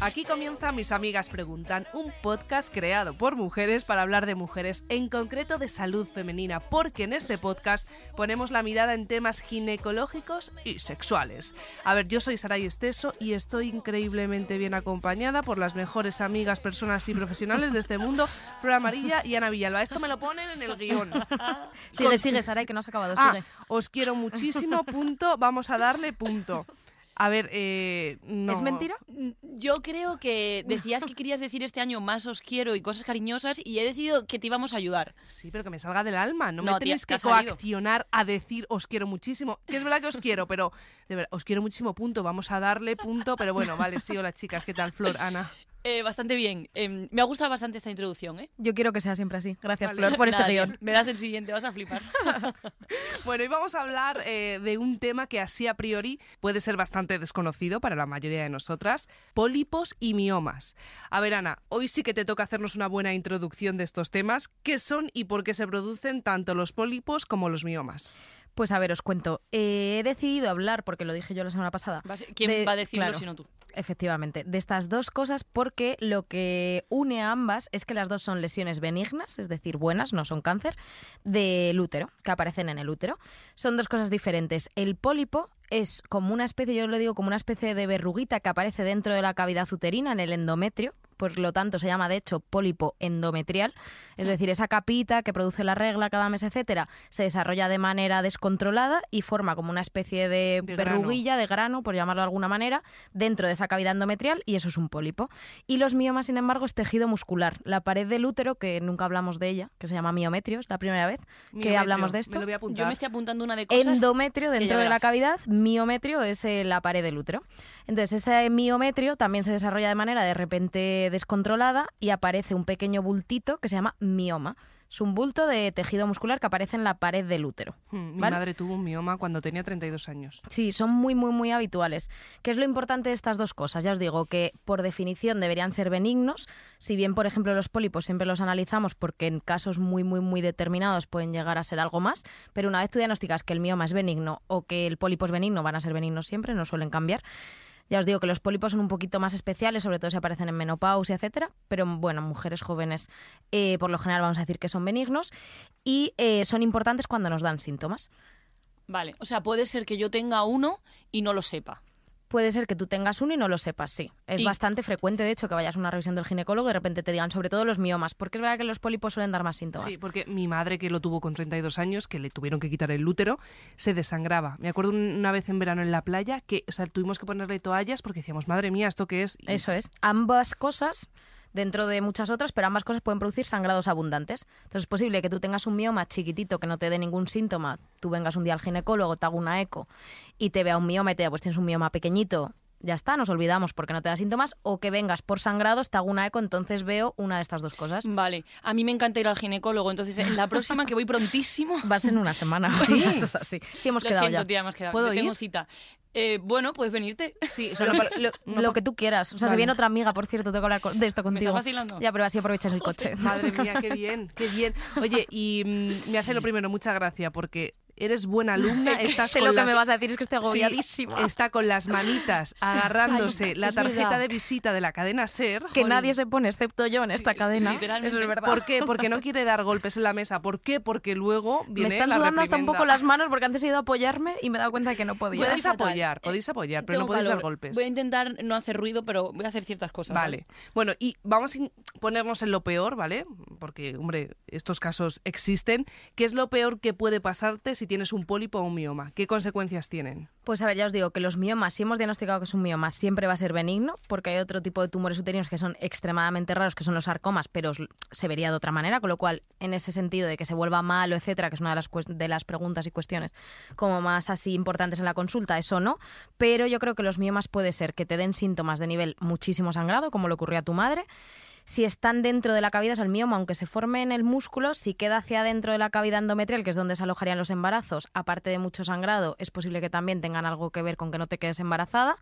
Aquí comienza Mis Amigas Preguntan, un podcast creado por mujeres para hablar de mujeres, en concreto de salud femenina, porque en este podcast ponemos la mirada en temas ginecológicos y sexuales. A ver, yo soy Saray Esteso y estoy increíblemente bien acompañada por las mejores amigas, personas y profesionales de este mundo, Flor Amarilla y Ana Villalba. Esto me lo ponen en el guión. Sigue, sigue, Saray, que no has acabado. Ah, sigue. os quiero muchísimo, punto, vamos a darle punto. A ver, eh, no. ¿Es mentira? Mm, Yo creo que decías que querías decir este año más os quiero y cosas cariñosas y he decidido que te íbamos a ayudar. Sí, pero que me salga del alma. No, me No, tía, tenéis te que ha salido. coaccionar a decir os quiero muchísimo. Que es verdad que os quiero, pero de verdad, os quiero muchísimo, punto. Vamos a darle punto, pero bueno, vale, sí, hola chicas, ¿qué tal, Flor, Ana? Eh, bastante bien. Em, me ha gustado bastante esta introducción, ¿eh? Yo quiero que sea siempre así. Gracias, Vale. Flor, por este Nada, tía, guión. Me das el siguiente, vas a flipar. Bueno, y vamos a hablar eh, de un tema que así a priori puede ser bastante desconocido para la mayoría de nosotras, pólipos y miomas. A ver, Ana, hoy sí que te toca hacernos una buena introducción de estos temas, qué son y por qué se producen tanto los pólipos como los miomas. Pues a ver, os cuento. Eh, he decidido hablar, porque lo dije yo la semana pasada, Vas- ¿Quién De- va a decirlo claro. si no tú? efectivamente, de estas dos cosas porque lo que une a ambas es que las dos son lesiones benignas, es decir, buenas, no son cáncer, del útero, que aparecen en el útero. Son dos cosas diferentes. El pólipo es como una especie, yo lo digo como una especie de verruguita que aparece dentro de la cavidad uterina, en el endometrio, por lo tanto se llama de hecho pólipo endometrial, es decir, esa capita que produce la regla cada mes, etcétera, se desarrolla de manera descontrolada y forma como una especie de, De grano. verruguilla, de grano, por llamarlo de alguna manera, dentro de esa cavidad endometrial y eso es un pólipo. Y los miomas, sin embargo, es tejido muscular, la pared del útero, que nunca hablamos de ella, que se llama miometrio, es la primera vez que Miometrio, hablamos de Me esto. lo voy a Yo apuntar. me estoy apuntando una de cosas. Endometrio que ya dentro de la verás. cavidad, miometrio es eh, la pared del útero. Entonces ese miometrio también se desarrolla de manera de repente descontrolada y aparece un pequeño bultito que se llama mioma. Es un bulto de tejido muscular que aparece en la pared del útero. Mm, Mi ¿vale? madre tuvo un mioma cuando tenía 32 años. Sí, son muy, muy, muy habituales. ¿Qué es lo importante de estas dos cosas? Ya os digo que por definición deberían ser benignos, si bien, por ejemplo, los pólipos siempre los analizamos porque en casos muy, muy, muy determinados pueden llegar a ser algo más, pero una vez tú diagnosticas que el mioma es benigno o que el pólipo es benigno, van a ser benignos siempre, no suelen cambiar. Ya os digo que los pólipos son un poquito más especiales, sobre todo si aparecen en menopausia, etcétera. Pero bueno, mujeres jóvenes, eh, por lo general vamos a decir que son benignos y eh, son importantes cuando nos dan síntomas. Vale, o sea, puede ser que yo tenga uno y no lo sepa. Puede ser que tú tengas uno y no lo sepas, sí. Es Y- bastante frecuente, de hecho, que vayas a una revisión del ginecólogo y de repente te digan sobre todo los miomas, porque es verdad que los pólipos suelen dar más síntomas. Sí, porque mi madre, que lo tuvo con 32 años, que le tuvieron que quitar el útero, se desangraba. Me acuerdo un- una vez en verano en la playa que o sea, tuvimos que ponerle toallas porque decíamos, madre mía, ¿esto qué es? Y- Eso es. Ambas cosas, dentro de muchas otras, pero ambas cosas pueden producir sangrados abundantes. Entonces es posible que tú tengas un mioma chiquitito que no te dé ningún síntoma, tú vengas un día al ginecólogo, te haga una eco y te vea un mioma y te diga, pues tienes un mioma pequeñito. Ya está, nos olvidamos porque no te da síntomas, o que vengas por sangrados, te hago una eco, entonces veo una de estas dos cosas. Vale, a mí me encanta ir al ginecólogo, entonces en la próxima que voy prontísimo. Vas en una semana, Sí. sí. así. Sí, hemos lo quedado siento, ya. tía, hemos quedado. ¿Puedo Yo tengo ir? cita. Eh, bueno, puedes venirte. Sí, o sea, Lo no pa- que, lo- no lo pa- que tú quieras. O sea, Vale. si viene otra amiga, por cierto, tengo que hablar con- de esto Me estás contigo. vacilando. Ya, pero así aprovechas el coche. Madre mía, qué bien, qué bien. Oye, y mm, me hace lo primero mucha gracia porque eres buena alumna, estás sé con lo que las- me vas a decir es que estoy Sí, agobiadísima. está con las manitas agarrándose Ay, la es tarjeta verdad. de visita de la cadena SER. que Jolín. nadie se pone, excepto yo, en esta Sí, cadena. literalmente. Eso es verdad. ¿Por qué? Porque no quiere dar golpes en la mesa. ¿Por qué? Porque luego me viene están la sudando hasta un reprimenda. poco las manos porque antes he ido a apoyarme y me he dado cuenta de que no podía. Pues Puedes fatal. apoyar, Eh, podéis apoyar, pero no Tengo podéis dar calor. golpes. Voy a intentar no hacer ruido, pero voy a hacer ciertas cosas. Vale. Bueno, y vamos a in- ponernos en lo peor, ¿vale? Porque, hombre, estos casos existen. ¿Qué es lo peor que puede pasarte si tienes un pólipo o un mioma? ¿Qué consecuencias tienen? Pues a ver, ya os digo que los miomas, si hemos diagnosticado que es un mioma, siempre va a ser benigno, porque hay otro tipo de tumores uterinos que son extremadamente raros, que son los sarcomas, pero os- se vería de otra manera, con lo cual, en ese sentido de que se vuelva malo, etcétera, que es una de las, cues- de las preguntas y cuestiones como más así importantes en la consulta, eso no, pero yo creo que los miomas puede ser que te den síntomas de nivel muchísimo sangrado, como le ocurrió a tu madre, si están dentro de la cavidad, o sea, el mioma, aunque se forme en el músculo, si queda hacia dentro de la cavidad endometrial, que es donde se alojarían los embarazos, aparte de mucho sangrado, es posible que también tengan algo que ver con que no te quedes embarazada.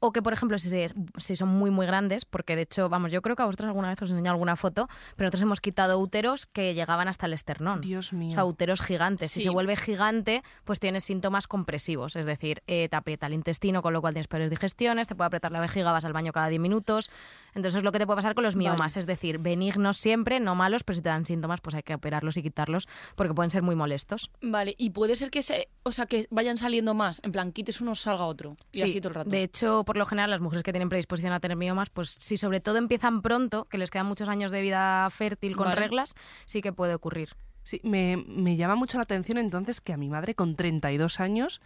O que, por ejemplo, si, se- si son muy, muy grandes, porque de hecho, vamos, yo creo que a vosotros alguna vez os he enseñado alguna foto, pero nosotros hemos quitado úteros que llegaban hasta el esternón. Dios O mío. sea, úteros gigantes. Si Sí. se vuelve gigante, pues tienes síntomas compresivos. Es decir, eh, te aprieta el intestino, con lo cual tienes peores digestiones, te puede apretar la vejiga, vas al baño cada 10 minutos. Entonces es lo que te puede pasar con los miomas. Es decir, benignos siempre, no malos, pero si te dan síntomas, pues hay que operarlos y quitarlos porque pueden ser muy molestos. Vale, y puede ser que se, o sea, que vayan saliendo más. En plan, quites uno, salga otro. Y Sí, así todo el rato. De hecho, por lo general, las mujeres que tienen predisposición a tener miomas, pues si sobre todo empiezan pronto, que les quedan muchos años de vida fértil con Vale. reglas, sí que puede ocurrir. Sí, me, me llama mucho la atención entonces que a mi madre con 32 años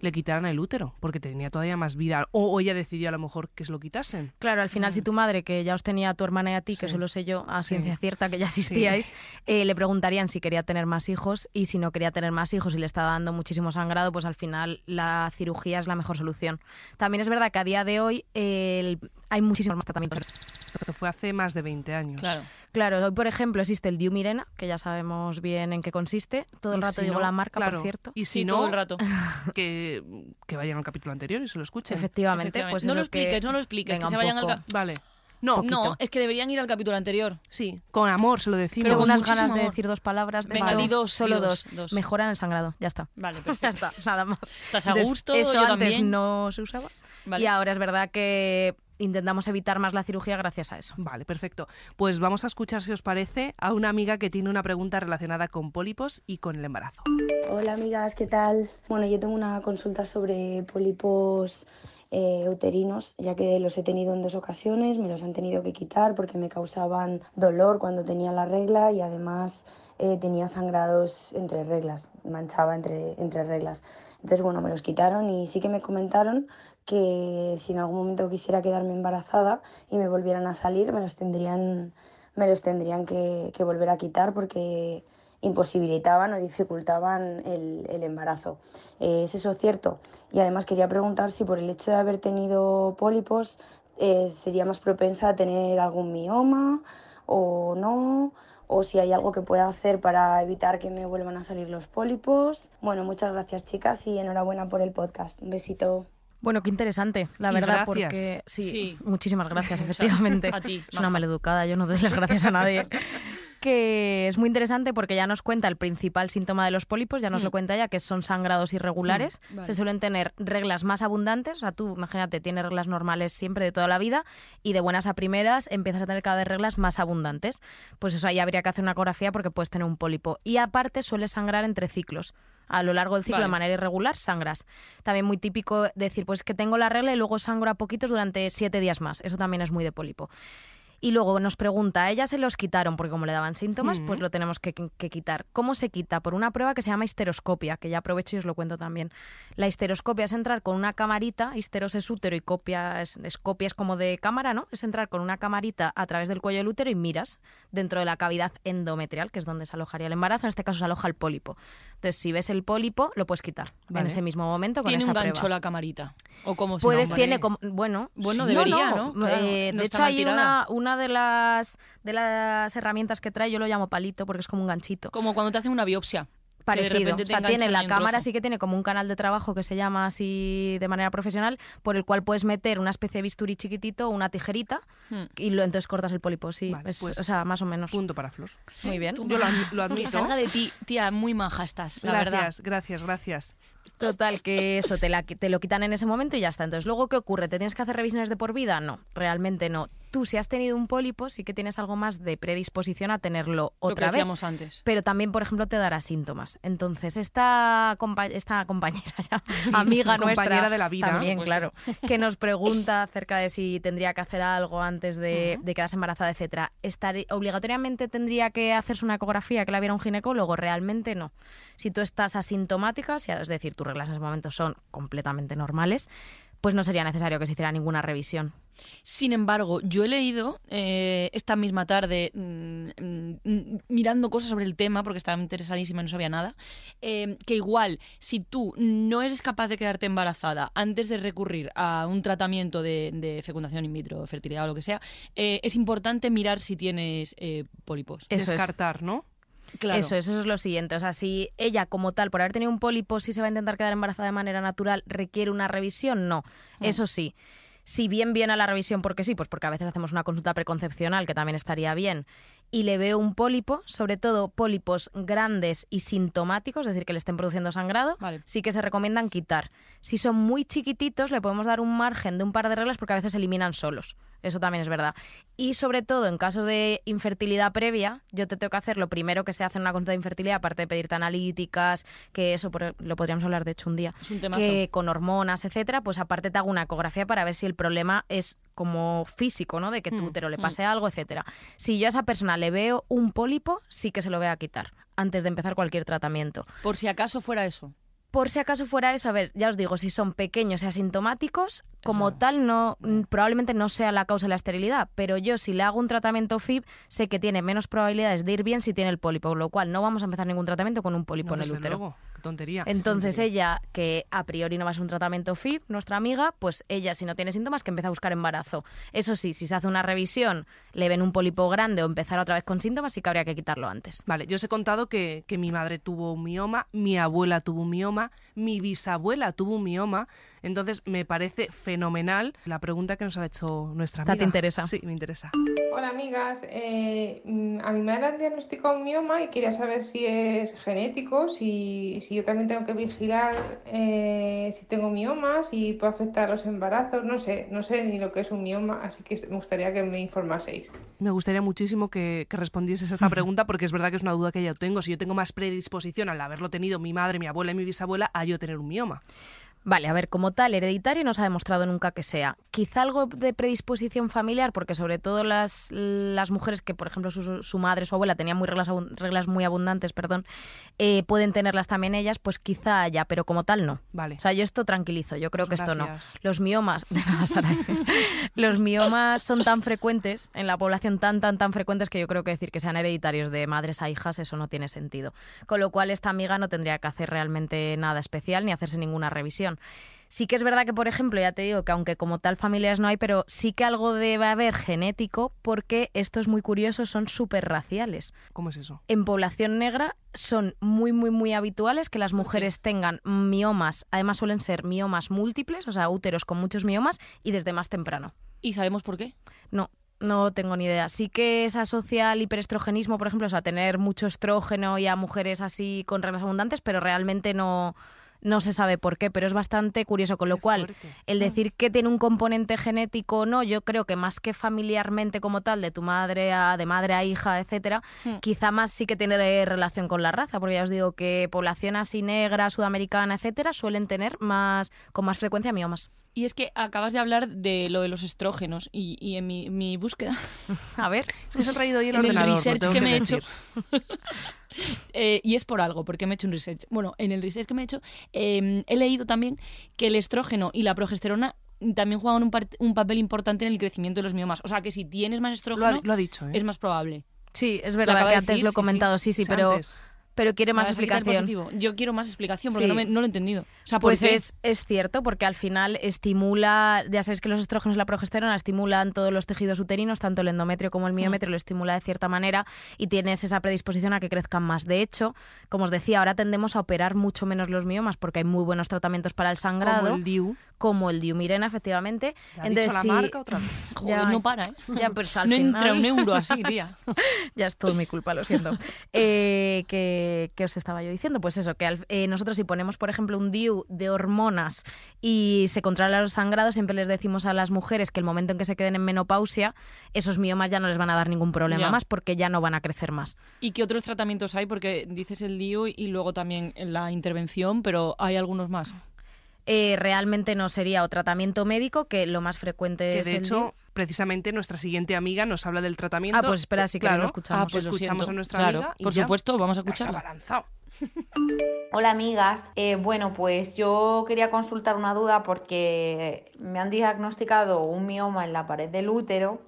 le quitaran el útero, porque tenía todavía más vida. O o ella decidió a lo mejor que se lo quitasen. Claro, al final, si Mm. tu madre, que ya os tenía a tu hermana y a ti, que Sí. solo sé yo, a Sí. ciencia cierta que ya asistíais, eh, le preguntarían si quería tener más hijos y si no quería tener más hijos y le estaba dando muchísimo sangrado, pues al final la cirugía es la mejor solución. También es verdad que a día de hoy eh, el- hay muchísimos más tratamientos. Porque fue hace más de 20 años. Claro. Claro, hoy, por ejemplo, existe el Diumirena, que ya sabemos bien en qué consiste. Todo el Y rato si digo no- la marca, claro, por cierto. Y si Sí, no, todo el rato. que, que vayan al capítulo anterior y se lo escuchen. Efectivamente, Efectivamente. pues no eso lo que- expliques, no lo expliques, Venga, que se un vayan al poco. cap- Vale. No, No, es que deberían ir al capítulo anterior. sí, con amor se lo decimos. Pero Tengo con unas muchísimo ganas de amor. decir dos palabras. de Venga, esto. di dos, Solo di dos, dos. dos. Mejoran el sangrado, ya está. Vale, Ya perfecto. está, nada más. Estás a Des- gusto, Eso yo antes también. no se usaba. Vale. Y ahora es verdad que intentamos evitar más la cirugía gracias a eso. Vale, perfecto. Pues vamos a escuchar, si os parece, a una amiga que tiene una pregunta relacionada con pólipos y con el embarazo. Hola amigas, ¿qué tal? Bueno, yo tengo una consulta sobre pólipos eh, uterinos, ya que los he tenido en dos ocasiones, me los han tenido que quitar porque me causaban dolor cuando tenía la regla y además eh, tenía sangrados entre reglas, manchaba entre, entre reglas. Entonces, bueno, me los quitaron y sí que me comentaron que si en algún momento quisiera quedarme embarazada y me volvieran a salir, me los tendrían, me los tendrían que, que volver a quitar porque imposibilitaban o dificultaban el, el embarazo. Eh, ¿Es eso cierto? Y además quería preguntar si por el hecho de haber tenido pólipos eh, sería más propensa a tener algún mioma o no, o si hay algo que pueda hacer para evitar que me vuelvan a salir los pólipos. Bueno, muchas gracias chicas y enhorabuena por el podcast. Un besito. Bueno, qué interesante, la Y gracias. verdad, porque sí, Sí. muchísimas gracias, Muchas. efectivamente. A ti, es una maja. maleducada, yo no doy las gracias a nadie. que es muy interesante porque ya nos cuenta el principal síntoma de los pólipos, ya nos Mm. lo cuenta ella, que son sangrados irregulares. Mm, vale. Se suelen tener reglas más abundantes, o sea, tú imagínate, tienes reglas normales siempre de toda la vida y de buenas a primeras empiezas a tener cada vez reglas más abundantes. Pues eso ahí habría que hacer una ecografía porque puedes tener un pólipo. Y aparte suele sangrar entre ciclos. A lo largo del ciclo de Vale. manera irregular sangras. También muy típico decir, pues que tengo la regla y luego sangro a poquitos durante siete días más. Eso también es muy de pólipo. Y luego nos pregunta, a ella se los quitaron porque como le daban síntomas, Mm. pues lo tenemos que, que quitar. ¿Cómo se quita? Por una prueba que se llama histeroscopia, que ya aprovecho y os lo cuento también. La histeroscopia es entrar con una camarita, histeros es útero y copia es, es copia es como de cámara, ¿no? Es entrar con una camarita a través del cuello del útero y miras dentro de la cavidad endometrial, que es donde se alojaría el embarazo, en este caso se aloja el pólipo. Entonces, si ves el pólipo, lo puedes quitar en Vale. ese mismo momento con Tiene esa un gancho prueba. la camarita. O como se Puedes, llama. tiene como, bueno, Bueno, debería, ¿no? Claro, Eh, no de está hecho, mal hay una, tirada. una de las de las herramientas que trae, yo lo llamo palito porque es como un ganchito. Como cuando te hacen una biopsia. Parecido. repente O te sea, enganchan tiene ahí la un cámara, trozo. sí que tiene como un canal de trabajo que se llama así de manera profesional, por el cual puedes meter una especie de bisturí chiquitito, una tijerita, Hmm. y lo, entonces cortas el pólipo. Sí, Vale, es- pues, o sea, más o menos. Punto para Flor. Muy bien. Yo lo, admi- lo Que admito. salga de ti, tía, muy maja estás, la Gracias, gracias, gracias. Total, que eso, te, la, te lo quitan en ese momento y ya está. Entonces, ¿luego qué ocurre? ¿Te tienes que hacer revisiones de por vida? No, realmente no. Tú, si has tenido un pólipo, sí que tienes algo más de predisposición a tenerlo verdad. otra Lo que vez. decíamos antes. Pero también, por ejemplo, te dará síntomas. Entonces, esta, compa- esta compañera ya, amiga nuestra. Compañera de la vida. pues También, Por claro. supuesto. Que nos pregunta acerca de si tendría que hacer algo antes de, de quedarse embarazada, etcétera. Estar, ¿Obligatoriamente tendría que hacerse una ecografía que la viera un ginecólogo? Realmente no. Si tú estás asintomática, si- es decir, tus reglas en ese momento son completamente normales, pues no sería necesario que se hiciera ninguna revisión. Sin embargo, yo he leído eh, esta misma tarde, mm, mm, mm, mirando cosas sobre el tema, porque estaba interesadísima y no sabía nada, eh, que igual, si tú no eres capaz de quedarte embarazada antes de recurrir a un tratamiento de, de fecundación in vitro, fertilidad o lo que sea, eh, es importante mirar si tienes eh, pólipos. Eso es. Descartar, ¿no? Claro. Eso, es, eso es lo siguiente. O sea, si ella como tal, por haber tenido un pólipo, sí se va a intentar quedar embarazada de manera natural, requiere una revisión, no. Eso sí. Si bien viene a la revisión porque sí, pues porque a veces hacemos una consulta preconcepcional que también estaría bien, y le veo un pólipo, sobre todo pólipos grandes y sintomáticos, es decir, que le estén produciendo sangrado, Vale. sí que se recomiendan quitar. Si son muy chiquititos, le podemos dar un margen de un par de reglas porque a veces se eliminan solos. Eso también es verdad. Y sobre todo, en caso de infertilidad previa, yo te tengo que hacer lo primero que se hace en una consulta de infertilidad, aparte de pedirte analíticas, que eso por- lo podríamos hablar de hecho un día, Es un temazo. que con hormonas, etcétera, pues aparte te hago una ecografía para ver si el problema es como físico, ¿no? De que tu Mm, útero le mm. pase algo, etcétera. Si yo a esa persona le veo un pólipo, sí que se lo voy a quitar antes de empezar cualquier tratamiento. Por si acaso fuera eso. Por si acaso fuera eso, a ver, ya os digo, si son pequeños y asintomáticos, como Claro. tal, no, Claro. mm, probablemente no sea la causa de la esterilidad. Pero yo, si le hago un tratamiento FIB, sé que tiene menos probabilidades de ir bien si tiene el pólipo, con lo cual no vamos a empezar ningún tratamiento con un pólipo No, en el desde útero. luego, qué tontería. Entonces ella, que a priori no va a ser un tratamiento FIB, nuestra amiga, pues ella si no tiene síntomas que empieza a buscar embarazo. Eso sí, si se hace una revisión, le ven un pólipo grande o empezar otra vez con síntomas, sí que habría que quitarlo antes. Vale, yo os he contado que, que mi madre tuvo un mioma, mi abuela tuvo un mioma, mi bisabuela tuvo un mioma. Entonces me parece fenomenal la pregunta que nos ha hecho nuestra ¿Te amiga. interesa? Sí, me interesa. Hola amigas, Eh, mm, a mi madre le han diagnosticado un mioma y quería saber si es genético, si, si yo también tengo que vigilar eh, si tengo miomas, si puede afectar los embarazos, no sé, no sé ni lo que es un mioma, así que me gustaría que me informaseis. Me gustaría muchísimo que, que respondieses a esta pregunta porque es verdad que es una duda que yo tengo. Si yo tengo más predisposición al haberlo tenido mi madre, mi abuela y mi bisabuela a yo tener un mioma. Vale, a ver, como tal, hereditario no se ha demostrado nunca que sea. Quizá algo de predisposición familiar, porque sobre todo las, las mujeres que, por ejemplo, su, su madre, su abuela tenían muy reglas, abun- reglas muy abundantes, perdón, eh, pueden tenerlas también ellas, pues quizá haya, pero como tal no. Vale. O sea, yo esto tranquilizo, yo creo Pues que gracias. esto no. Los miomas, de nada, Saray. los miomas son tan frecuentes en la población, tan, tan, tan frecuentes que yo creo que decir que sean hereditarios de madres a hijas, eso no tiene sentido. Con lo cual, esta amiga no tendría que hacer realmente nada especial ni hacerse ninguna revisión. Sí que es verdad que, por ejemplo, ya te digo que aunque como tal familias no hay, pero sí que algo debe haber genético porque esto es muy curioso, son superraciales ¿Cómo es eso? en población negra son muy, muy, muy habituales que las mujeres tengan miomas. Además, suelen ser miomas múltiples, o sea, úteros con muchos miomas y desde más temprano. ¿Y sabemos por qué? No, no tengo ni idea. Sí que se asocia al hiperestrogenismo, por ejemplo, o sea, tener mucho estrógeno y a mujeres así con reglas abundantes, pero realmente no, no se sabe por qué. Pero es bastante curioso, con lo Qué cual. fuerte. Mm. El decir que tiene un componente genético o no, yo creo que más que familiarmente como tal, de tu madre a de madre a hija, etcétera, Hmm. quizá más sí que tiene eh, relación con la raza, porque ya os digo que población así negra, sudamericana, etcétera, suelen tener más con más frecuencia miomas. Y es que acabas de hablar de lo de los estrógenos y, y en mi, mi búsqueda, A ver, Es que se ha traído hoy el en el ordenador. lo research tengo que me he decir. eh, y es por algo, porque me he hecho un research. Bueno, en el research que me he hecho eh, he leído también que el estrógeno y la progesterona también juegan un, par- un papel importante en el crecimiento de los miomas. O sea, que si tienes más Lo ha, estrógeno, lo ha dicho, ¿eh? es más probable. sí, es verdad acaba que de antes decir, lo he sí, comentado, sí, sí, O sea, pero, antes. pero quiere más ¿Me vas a quitar explicación. positivo? Yo quiero más explicación porque Sí. no, me- no lo he entendido. O sea, ¿por Pues qué? es, es cierto, porque al final estimula, ya sabéis que los estrógenos y la progesterona estimulan todos los tejidos uterinos, tanto el endometrio como el Mm. miometrio lo estimula de cierta manera y tienes esa predisposición a que crezcan más. De hecho, como os decía, ahora tendemos a operar mucho menos los miomas porque hay muy buenos tratamientos para el sangrado, Como el DIU. diumirena, efectivamente. Ya ha dicho la sí, marca otra vez. Joder, Ya. no para, ¿eh? Ya, pues al no final- entra un euro así, tía. Ya es todo mi culpa, lo siento. Eh, que, que os estaba yo diciendo, pues eso, que al- eh, nosotros si ponemos, por ejemplo, un DIU de hormonas y se controlan los sangrados, siempre les decimos a las mujeres que el momento en que se queden en menopausia, esos miomas ya no les van a dar ningún problema Ya. más porque ya no van a crecer más. ¿Y qué otros tratamientos hay? Porque dices el DIU y luego también la intervención, pero hay algunos más. Eh, realmente no sería o tratamiento médico, que lo más frecuente Que es Eh, de el DIU. hecho, precisamente nuestra siguiente amiga nos habla del tratamiento. Ah, pues espera, sí que claro. lo escuchamos. Ah, pues escuchamos a nuestra claro, amiga y Por ya. supuesto, vamos a Has escucharla. abalanzado. Hola amigas, Eh, bueno pues yo quería consultar una duda porque me han diagnosticado un mioma en la pared del útero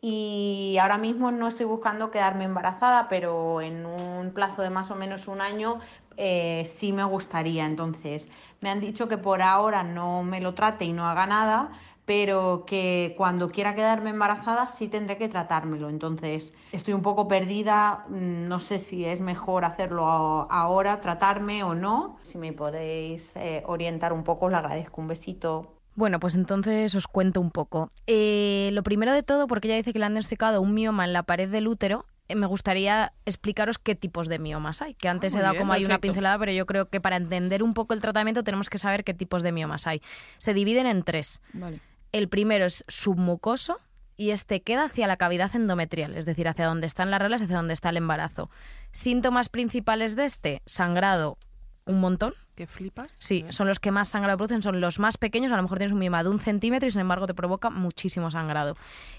y ahora mismo no estoy buscando quedarme embarazada, pero en un plazo de más o menos un año eh, sí me gustaría. Entonces me han dicho que por ahora no me lo trate y no haga nada, pero que cuando quiera quedarme embarazada sí tendré que tratármelo. Entonces, estoy un poco perdida, mm, no sé si es mejor hacerlo a- ahora, tratarme o no. Si me podéis eh, orientar un poco, os lo agradezco. Un besito. Bueno, pues entonces os cuento un poco. Eh, lo primero de todo, porque ella dice que le han diagnosticado un mioma en la pared del útero, eh, me gustaría explicaros qué tipos de miomas hay, que antes Ah, muy he dado bien, como hay una perfecto. pincelada, pero yo creo que para entender un poco el tratamiento tenemos que saber qué tipos de miomas hay. Se dividen en tres. Vale. El primero es submucoso y este queda hacia la cavidad endometrial, es decir, hacia donde están las reglas, hacia donde está el embarazo. Síntomas principales de este, sangrado un montón, ¿Qué flipas? Sí, son los que más sangrado producen, son los más pequeños. A lo mejor tienes un mioma de un centímetro y sin embargo te provoca muchísimo sangrado.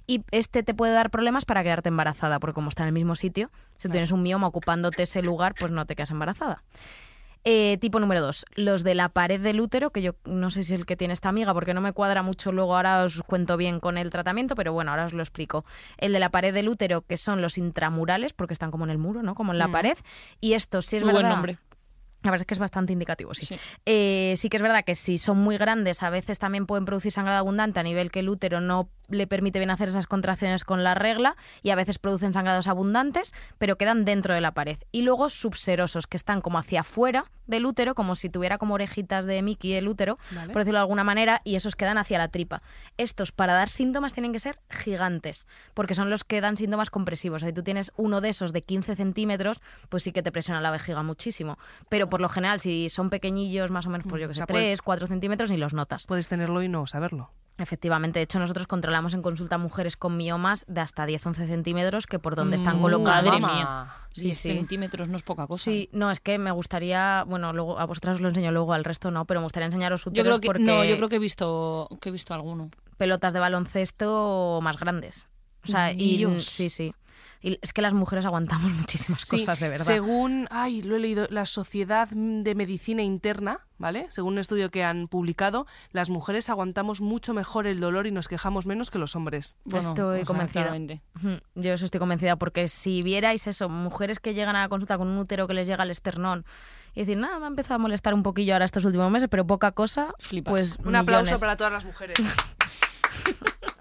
Y este te puede dar problemas para quedarte embarazada, porque como está en el mismo sitio, si Claro. tienes un mioma ocupándote ese lugar, pues no te quedas embarazada. Eh, tipo número dos, los de la pared del útero, que yo no sé si es el que tiene esta amiga, porque no me cuadra mucho, luego ahora os cuento bien con el tratamiento, pero bueno, ahora os lo explico. El de la pared del útero, que son los intramurales, porque están como en el muro, ¿no? Como en la Mm. pared. Y esto, si es Muy buen verdad- nombre. la verdad es que es bastante indicativo, sí. Sí. Eh, sí que es verdad que si son muy grandes, a veces también pueden producir sangrado abundante a nivel que el útero no le permite bien hacer esas contracciones con la regla y a veces producen sangrados abundantes, pero quedan dentro de la pared. Y luego subserosos, que están como hacia afuera del útero, como si tuviera como orejitas de Mickey el útero, Vale. por decirlo de alguna manera, y esos quedan hacia la tripa. Estos, para dar síntomas, tienen que ser gigantes, porque son los que dan síntomas compresivos. Si tú tienes uno de esos de 15 centímetros, pues sí que te presiona la vejiga muchísimo. Pero por lo general, si son pequeñillos, más o menos, pues yo O que sé, sea, puede- 3, 4 centímetros, ni los notas. Puedes tenerlo y no saberlo. Efectivamente, de hecho, nosotros controlamos en consulta mujeres con miomas de hasta 10, 11 centímetros, que por donde están Mm, colocados. Madre Mamá. mía. Sí, 10 sí. centímetros no es poca cosa. ¿eh? Sí, no, es que me gustaría, bueno, luego a vosotras os lo enseño luego, al resto no, pero me gustaría enseñaros Yo úteros creo que porque no, yo creo que he visto que he visto alguno. pelotas de baloncesto más grandes. O sea, y Dios. sí, sí. Y es que las mujeres aguantamos muchísimas Sí, cosas, de verdad. Según, ay, lo he leído, la Sociedad de Medicina Interna, ¿vale? Según un estudio que han publicado, las mujeres aguantamos mucho mejor el dolor y nos quejamos menos que los hombres. Bueno, pues Estoy o sea, convencida. claramente. Ujú, Yo eso estoy convencida, porque si vierais eso, mujeres que llegan a la consulta con un útero que les llega al esternón y decir, nada, me ha empezado a molestar un poquillo ahora estos últimos meses, pero poca cosa, Flipas. pues Un aplauso millones. para todas las mujeres.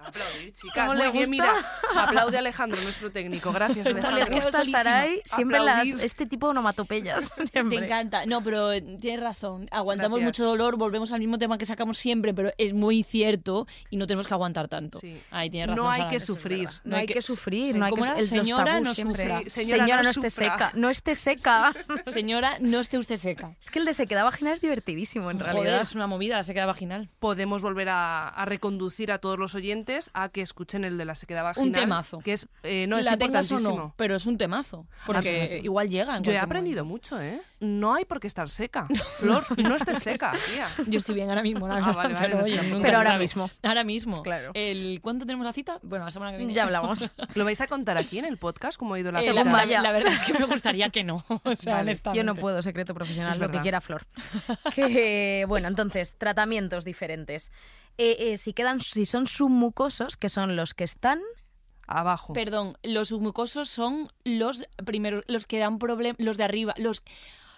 Aplaudir, chicas. ¿Cómo Muy le bien, gusta? mira. Aplaude Alejandro, nuestro técnico. Gracias, Esto le Alejandro. gusta a Sarai, siempre las, Aplaudir. este tipo de onomatopeyas. Te siempre. encanta. No, pero eh, tienes razón. Aguantamos Gracias. mucho dolor, volvemos al mismo tema que sacamos siempre, pero es muy cierto y no tenemos que aguantar tanto. Sí. Ahí tienes razón. No hay Sara, que eso es sufrir. verdad. No hay que sufrir, Sí, no hay que ¿cómo era? el- los Señora, tabús no siempre. sufra. Sí, señora, no no sufra. esté seca, no esté seca. Señora, no esté usted seca. Es que el de sequedad vaginal es divertidísimo, en Joder, realidad. es una movida la sequedad vaginal. Podemos volver a, a reconducir a todos los oyentes a que escuchen el de la sequedad vaginal. temazo. Que es, eh, no, es la tengas o importantísimo. no, pero es un temazo. Ah, Porque sí, sí. igual llega. en Yo he cualquier aprendido momento. mucho, ¿eh? No hay por qué estar seca. Flor, no estés seca, tía. Yo estoy bien ahora mismo, la Ah, verdad, vale, vale, pero, no oye, sé, nunca pero se ahora sabe. mismo. Ahora mismo. Claro. El, ¿Cuándo tenemos la cita? Bueno, la semana que viene. Ya hablamos. ¿Lo vais a contar aquí en el podcast cómo ha ido la Eh, Según la, cita? vaya. la verdad es que me gustaría que no. O Vale, sea, Yo no honestamente. puedo, secreto profesional, Es lo que verdad. quiera Flor. Que, bueno, entonces, tratamientos diferentes. Eh, eh, si, quedan, si son submucosos, que son los que están... Abajo. Perdón, los submucosos son los primeros, los que dan problemas, los de arriba, los,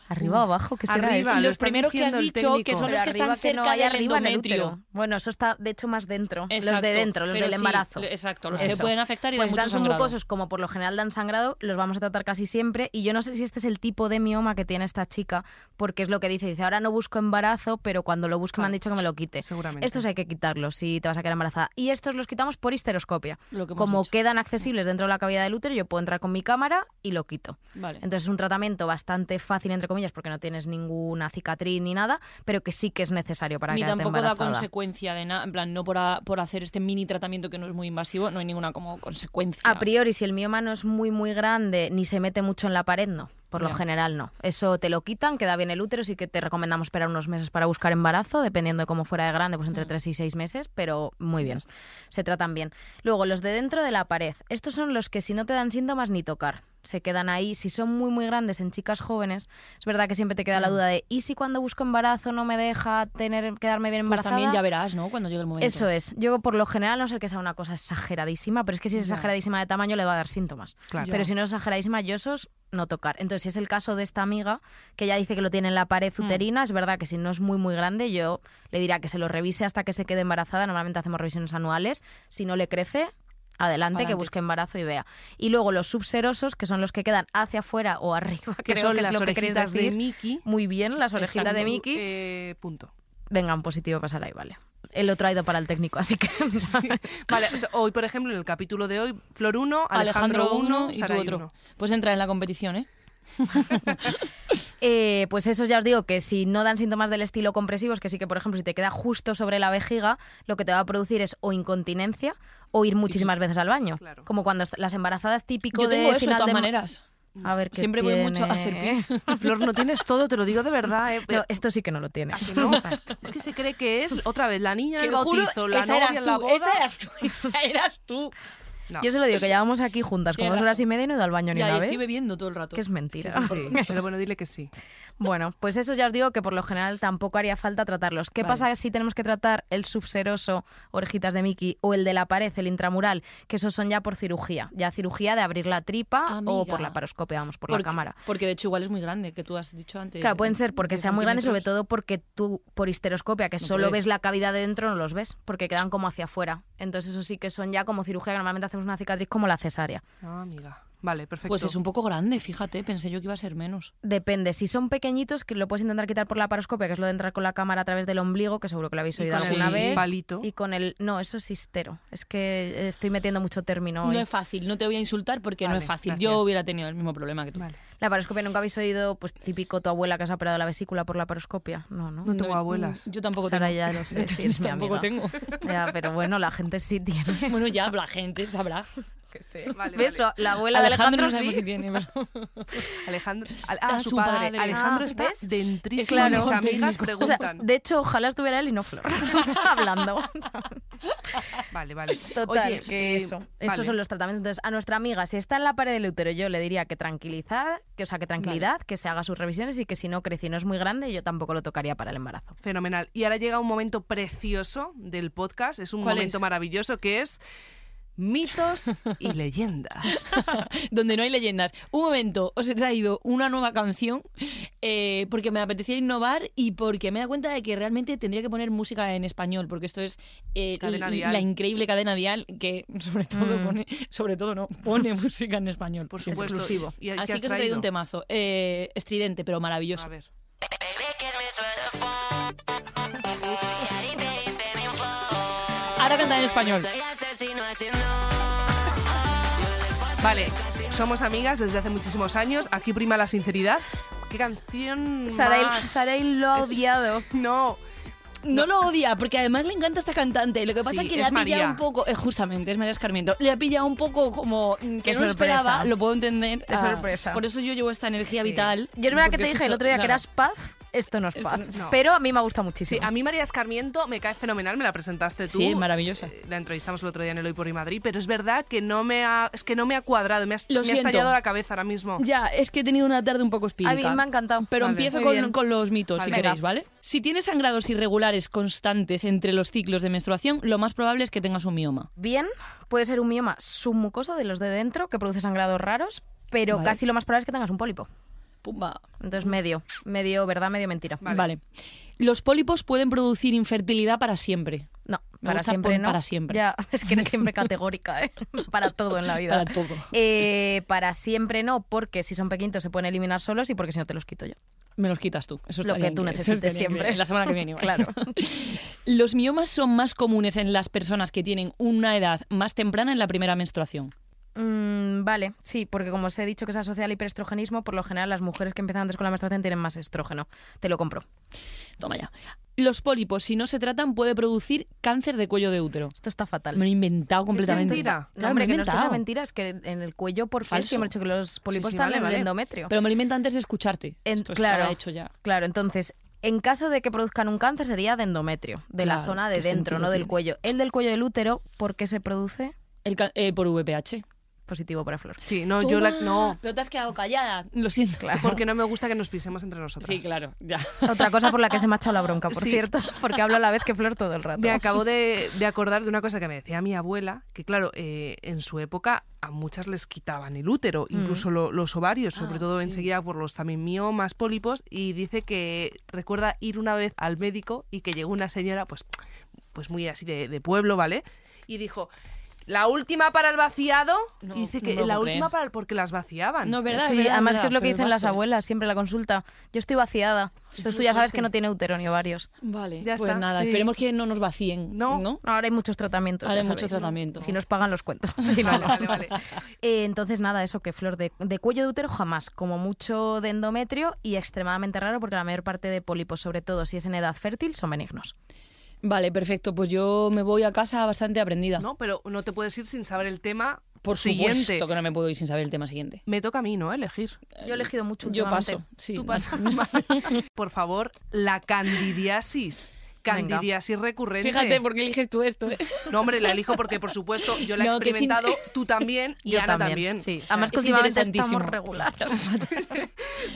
¿Arriba o abajo? que será Arriba, eso? lo los está primeros que has diciendo el dicho, que técnico. son Pero los que arriba están que no cerca hay del arriba en el endometrio. útero. Bueno, eso está, de hecho, más dentro. los Exacto, de dentro, los pero del sí, embarazo. lo- exacto, los que Eso. pueden afectar y Pues dan dan mucho sangrado. submucosos, como por lo general dan sangrado, los vamos a tratar casi siempre. Y yo no sé si este es el tipo de mioma que tiene esta chica, porque es lo que dice. Dice, ahora no busco embarazo, pero cuando lo busque me han Claro. dicho que me lo quite. Eh, Seguramente. Estos hay que quitarlos si te vas a quedar embarazada. Y estos los quitamos por histeroscopia. Lo que hemos Como dicho. quedan accesibles dentro de la cavidad del útero, yo puedo entrar con mi cámara y lo quito. Vale. Entonces es un tratamiento bastante fácil, entre comillas, porque no tienes ninguna cicatriz ni nada, pero que sí que es necesario para ni quedarte tampoco da embarazada. consecuencia de nada, en plan, no por, a- por hacer este mini tratamiento que no es muy invasivo, no hay ninguna como consecuencia. A priori, si el mioma no es muy, muy grande ni se mete mucho en la pared, no. Por lo Ya. general, no. Eso te lo quitan, queda bien el útero, sí que te recomendamos esperar unos meses para buscar embarazo, dependiendo de cómo fuera de grande, pues Mm. entre 3 y 6 meses, pero muy bien. Se tratan bien. Luego, los de dentro de la pared. Estos son los que si no te dan síntomas ni tocar. Se quedan ahí. Si son muy, muy grandes en chicas jóvenes, es verdad que siempre te queda la Mm. duda de, ¿y si cuando busco embarazo no me deja tener quedarme bien Pues embarazada? también ya verás, ¿no? Cuando llegue el momento. Eso es. Yo, por lo general, a no sé que sea una cosa exageradísima, pero es que si es Ya. exageradísima de tamaño le va a dar síntomas. Claro. Pero si no es exageradísima, yo esos no tocar. Entonces, si es el caso de esta amiga, que ya dice que lo tiene en la pared Mm. uterina, es verdad que si no es muy, muy grande, yo le diría que se lo revise hasta que se quede embarazada. Normalmente hacemos revisiones anuales. Si no le crece, adelante, Adelante. que busque embarazo y vea. Y luego los subserosos, que son los que quedan hacia afuera o arriba, que creo son que es las lo que queréis orejitas de decir. Mickey. Muy bien, las orejitas de Exacto. Mickey. Eh, punto. Venga, un positivo pasar ahí, vale. Él lo traído para el técnico, así que. Vale, o sea, hoy, por ejemplo, en el capítulo de hoy, Flor 1, Alejandro, 1 y y tú otro. Pues entra en la competición, ¿eh? Eh, pues eso ya os digo que si no dan síntomas del estilo compresivos, que sí que, por ejemplo, si te queda justo sobre la vejiga, lo que te va a producir es o incontinencia o ir muchísimas veces al baño. Claro. Como cuando est- las embarazadas típico Yo de tengo eso de final todas de ma- maneras. A ver, ¿qué Siempre voy mucho a hacer tiene? pis. Eh. Flor, no tienes todo, te lo digo de verdad. ¿eh? No, esto sí que no lo tiene. ¿A Ah, que no? Es que se cree que es, otra vez, la niña Que del lo juro, bautizo, la esa novia eras en la tú, boda. Esa eras tú, esa eras tú. No. Yo se lo digo, que llevamos aquí juntas como Tienes dos horas razón. y media y no he ido al baño ni Ya, y una estoy vez. bebiendo todo el rato. Que es mentira. Sí, pero bueno, dile que sí. Bueno, pues eso ya os digo que por lo general tampoco haría falta tratarlos. ¿Qué Vale. pasa si tenemos que tratar el subseroso, orejitas de Mickey, o el de la pared, el intramural? Que esos son ya por cirugía. Ya cirugía de abrir la tripa o Amiga. por la paroscopia, vamos, por Porque- la cámara. Porque de hecho igual es muy grande, que tú has dicho antes. Claro, pueden ser porque 10 sea muy grande, sobre centímetros. todo porque tú, por histeroscopia, que No solo puedes. ves la cavidad de dentro, no los ves, porque quedan como hacia afuera. Entonces, eso sí que son ya como cirugía, que normalmente hacemos una cicatriz como la cesárea. Ah, amiga. Vale, perfecto. Pues es un poco grande, fíjate, pensé yo que iba a ser menos. Depende, si son pequeñitos, que lo puedes intentar quitar por la paroscopia, que es lo de entrar con la cámara a través del ombligo, que seguro que lo habéis Y oído con alguna el vez. palito. Y con el. No, eso es histero. Es que estoy metiendo mucho término No hoy. es fácil, no te voy a insultar porque no Vale, es fácil. Yo gracias. hubiera tenido el mismo problema que tú. Vale. La paroscopia nunca habéis oído, pues típico tu abuela que se ha operado la vesícula por la paroscopia. No, no. No tengo abuelas. Yo tampoco Sara tengo. ya lo sé, sí, es mi tampoco amiga. tengo. Ya, pero bueno, la gente sí tiene. Bueno, ya la gente sabrá. Vale, ¿Ves? vale. La abuela de Alejandro no sabemos sí. si tiene. pero- Alejandro, al- ah, A su su padre. padre. Alejandro Ah, está ¿ves? dentrísimo. Claro. Mis amigas O sea, preguntan. de hecho, ojalá estuviera él y no Flor hablando. Vale, vale. Total, Oye, que eh, eso. vale. Esos son los tratamientos. Entonces, a nuestra amiga, si está en la pared del útero, yo le diría que tranquilizar, que, o sea, que tranquilidad, que se haga sus revisiones y que si no crece y no es muy grande, yo tampoco lo tocaría para el embarazo. Fenomenal. Y ahora llega un momento precioso del podcast, es un ¿Cuál momento es? maravilloso que es mitos y leyendas. donde no hay leyendas. Un momento, os he traído una nueva canción eh, porque me apetecía innovar y porque me he dado cuenta de que realmente tendría que poner música en español, porque esto es eh, Cadena l- Dial. la increíble cadena dial que sobre todo Mm. pone, sobre todo no, pone música en español. Por supuesto. Exclusivo. ¿Y a- qué Así que has os he traído traído? un temazo, eh, estridente pero maravilloso. A ver. Ahora canta en español. Vale, somos amigas desde hace muchísimos años. Aquí prima la sinceridad. ¿Qué canción? más? lo ha odiado. No, No lo odia, porque además le encanta esta cantante. Lo que pasa Sí, es que es le ha pillado María. un poco, eh, justamente, es María Escarmiento, le ha pillado un poco como mm, que Qué no lo sorpresa. esperaba, lo puedo entender. Ah, Qué sorpresa. Por eso yo llevo esta energía vital. Yo es verdad que porque te dije el escucho- otro día que claro. eras paz, esto no es Esto paz. no. Pero a mí me gusta Sí, muchísimo. a mí María Escarmiento me cae fenomenal, me la presentaste tú. Sí, maravillosa. Eh, La entrevistamos el otro día en el Hoy por Hoy Madrid, pero es verdad que no me ha, es que no me ha cuadrado, me ha, me Lo ha siento. estallado la cabeza ahora mismo. Ya, es que he tenido una tarde un poco espírita. A mí me ha encantado. Pero Vale, empiezo muy con, bien. con los mitos, si Vale. queréis, Venga. ¿vale? Si tienes sangrados irregulares constantes entre los ciclos de menstruación, lo más probable es que tengas un mioma. Bien, puede ser un mioma submucoso de los de dentro que produce sangrados raros, pero Vale. casi lo más probable es que tengas un pólipo. Pumba. Entonces, medio. Medio verdad, medio mentira. Vale. Vale. Los pólipos pueden producir infertilidad para siempre. No, Me para gusta siempre pon- no. para siempre. Ya, es que eres siempre categórica, ¿eh? Para todo en la vida. Para todo. Eh, para siempre no, porque si son pequeñitos se pueden eliminar solos y porque si no te los quito yo. Me los quitas tú. Eso Lo estaría que tú increíble. necesites Eso estaría siempre. increíble. La semana que viene, igual. Claro. Los miomas son más comunes en las personas que tienen una edad más temprana en la primera menstruación. Mm, vale, sí, porque como os he dicho que se asocia al hiperestrogenismo, por lo general las mujeres que empiezan antes con la menstruación tienen más estrógeno. Te lo compro. Toma ya. Los pólipos, si no se tratan, puede producir cáncer de cuello de útero. Esto está fatal. Me lo he inventado completamente. mentira. No, Claro, me hombre, lo he que no es que sea inventado. mentira, es que en el cuello por Falso. falso. hemos dicho que los pólipos sí, están vale, en vale. el endometrio. Pero me lo invento antes de escucharte. En- Esto está claro. hecho ya. Claro, entonces, en caso de que produzcan un cáncer sería de endometrio, de la Claro, zona de ¿qué dentro, sentido no del tiene? cuello. El del cuello del útero, ¿por qué se produce? El ca- eh, por VPH. Positivo para Flor. Sí, no, yo la, Toma, no, Pero te has quedado callada. Lo siento. porque no me gusta que nos pisemos entre nosotras. Sí, claro. Ya. Otra cosa por la que se me ha echado la bronca, por Sí. cierto, porque hablo a la vez que Flor todo el rato. Me acabo de, de acordar de una cosa que me decía mi abuela, que claro, eh, en su época a muchas les quitaban el útero, incluso lo- los ovarios, sobre Mm. Ah, todo sí. enseguida por los también miomas, pólipos, y dice que recuerda ir una vez al médico y que llegó una señora, pues, pues muy así de, de pueblo, ¿vale? Y dijo... La última para el vaciado. No, y dice no que me lo la puedo última creer. para el porque las vaciaban. No, verdad. sí, es verdad, además verdad, que es lo que pero dicen las basta. abuelas, siempre la consulta. Yo estoy vaciada. Entonces tú ya sabes que no tiene útero ni ovarios. Vale, Ya pues está, nada, sí. esperemos que no nos vacíen, No. ¿no? Ahora hay muchos tratamientos. Ahora ya hay mucho sabéis. tratamiento. Si nos pagan los cuentos. Si no, Vale, vale, no. vale. Eh, entonces, nada, eso que flor de, de cuello de útero jamás, como mucho de endometrio y extremadamente raro porque la mayor parte de pólipos, sobre todo si es en edad fértil, son benignos. Vale, perfecto. Pues yo me voy a casa bastante aprendida. No, pero no te puedes ir sin saber el tema Por siguiente. supuesto que no me puedo ir sin saber el tema siguiente. Me toca a mí, ¿no? Elegir. Yo he elegido mucho Yo últimamente. paso. Sí, Tú no. pasa- Vale. Por favor, la candidiasis. Venga. Candidiasis recurrente. Fíjate por qué eliges tú esto, ¿eh? No, hombre, la elijo porque, por supuesto, yo la he No, que sin- experimentado, tú también y Yo Ana también. también. Sí. O sea, Además que es últimamente estamos interesantísimo. regular.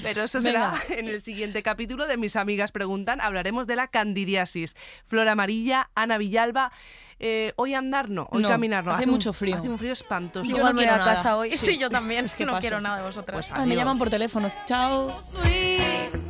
Pero eso será Venga. en el siguiente capítulo de Mis Amigas Preguntan. Hablaremos de la candidiasis. Flor Amarilla, Ana Villalba. eh, hoy andar no, hoy No, caminar no. hace un- mucho frío. Hace un frío espantoso. Yo Igual no me voy quiero a nada. casa hoy. Sí, Sí. yo también. Es que no paso. quiero nada de vosotras. Pues Ah, me Adiós. llaman por teléfono. Chao. sweet.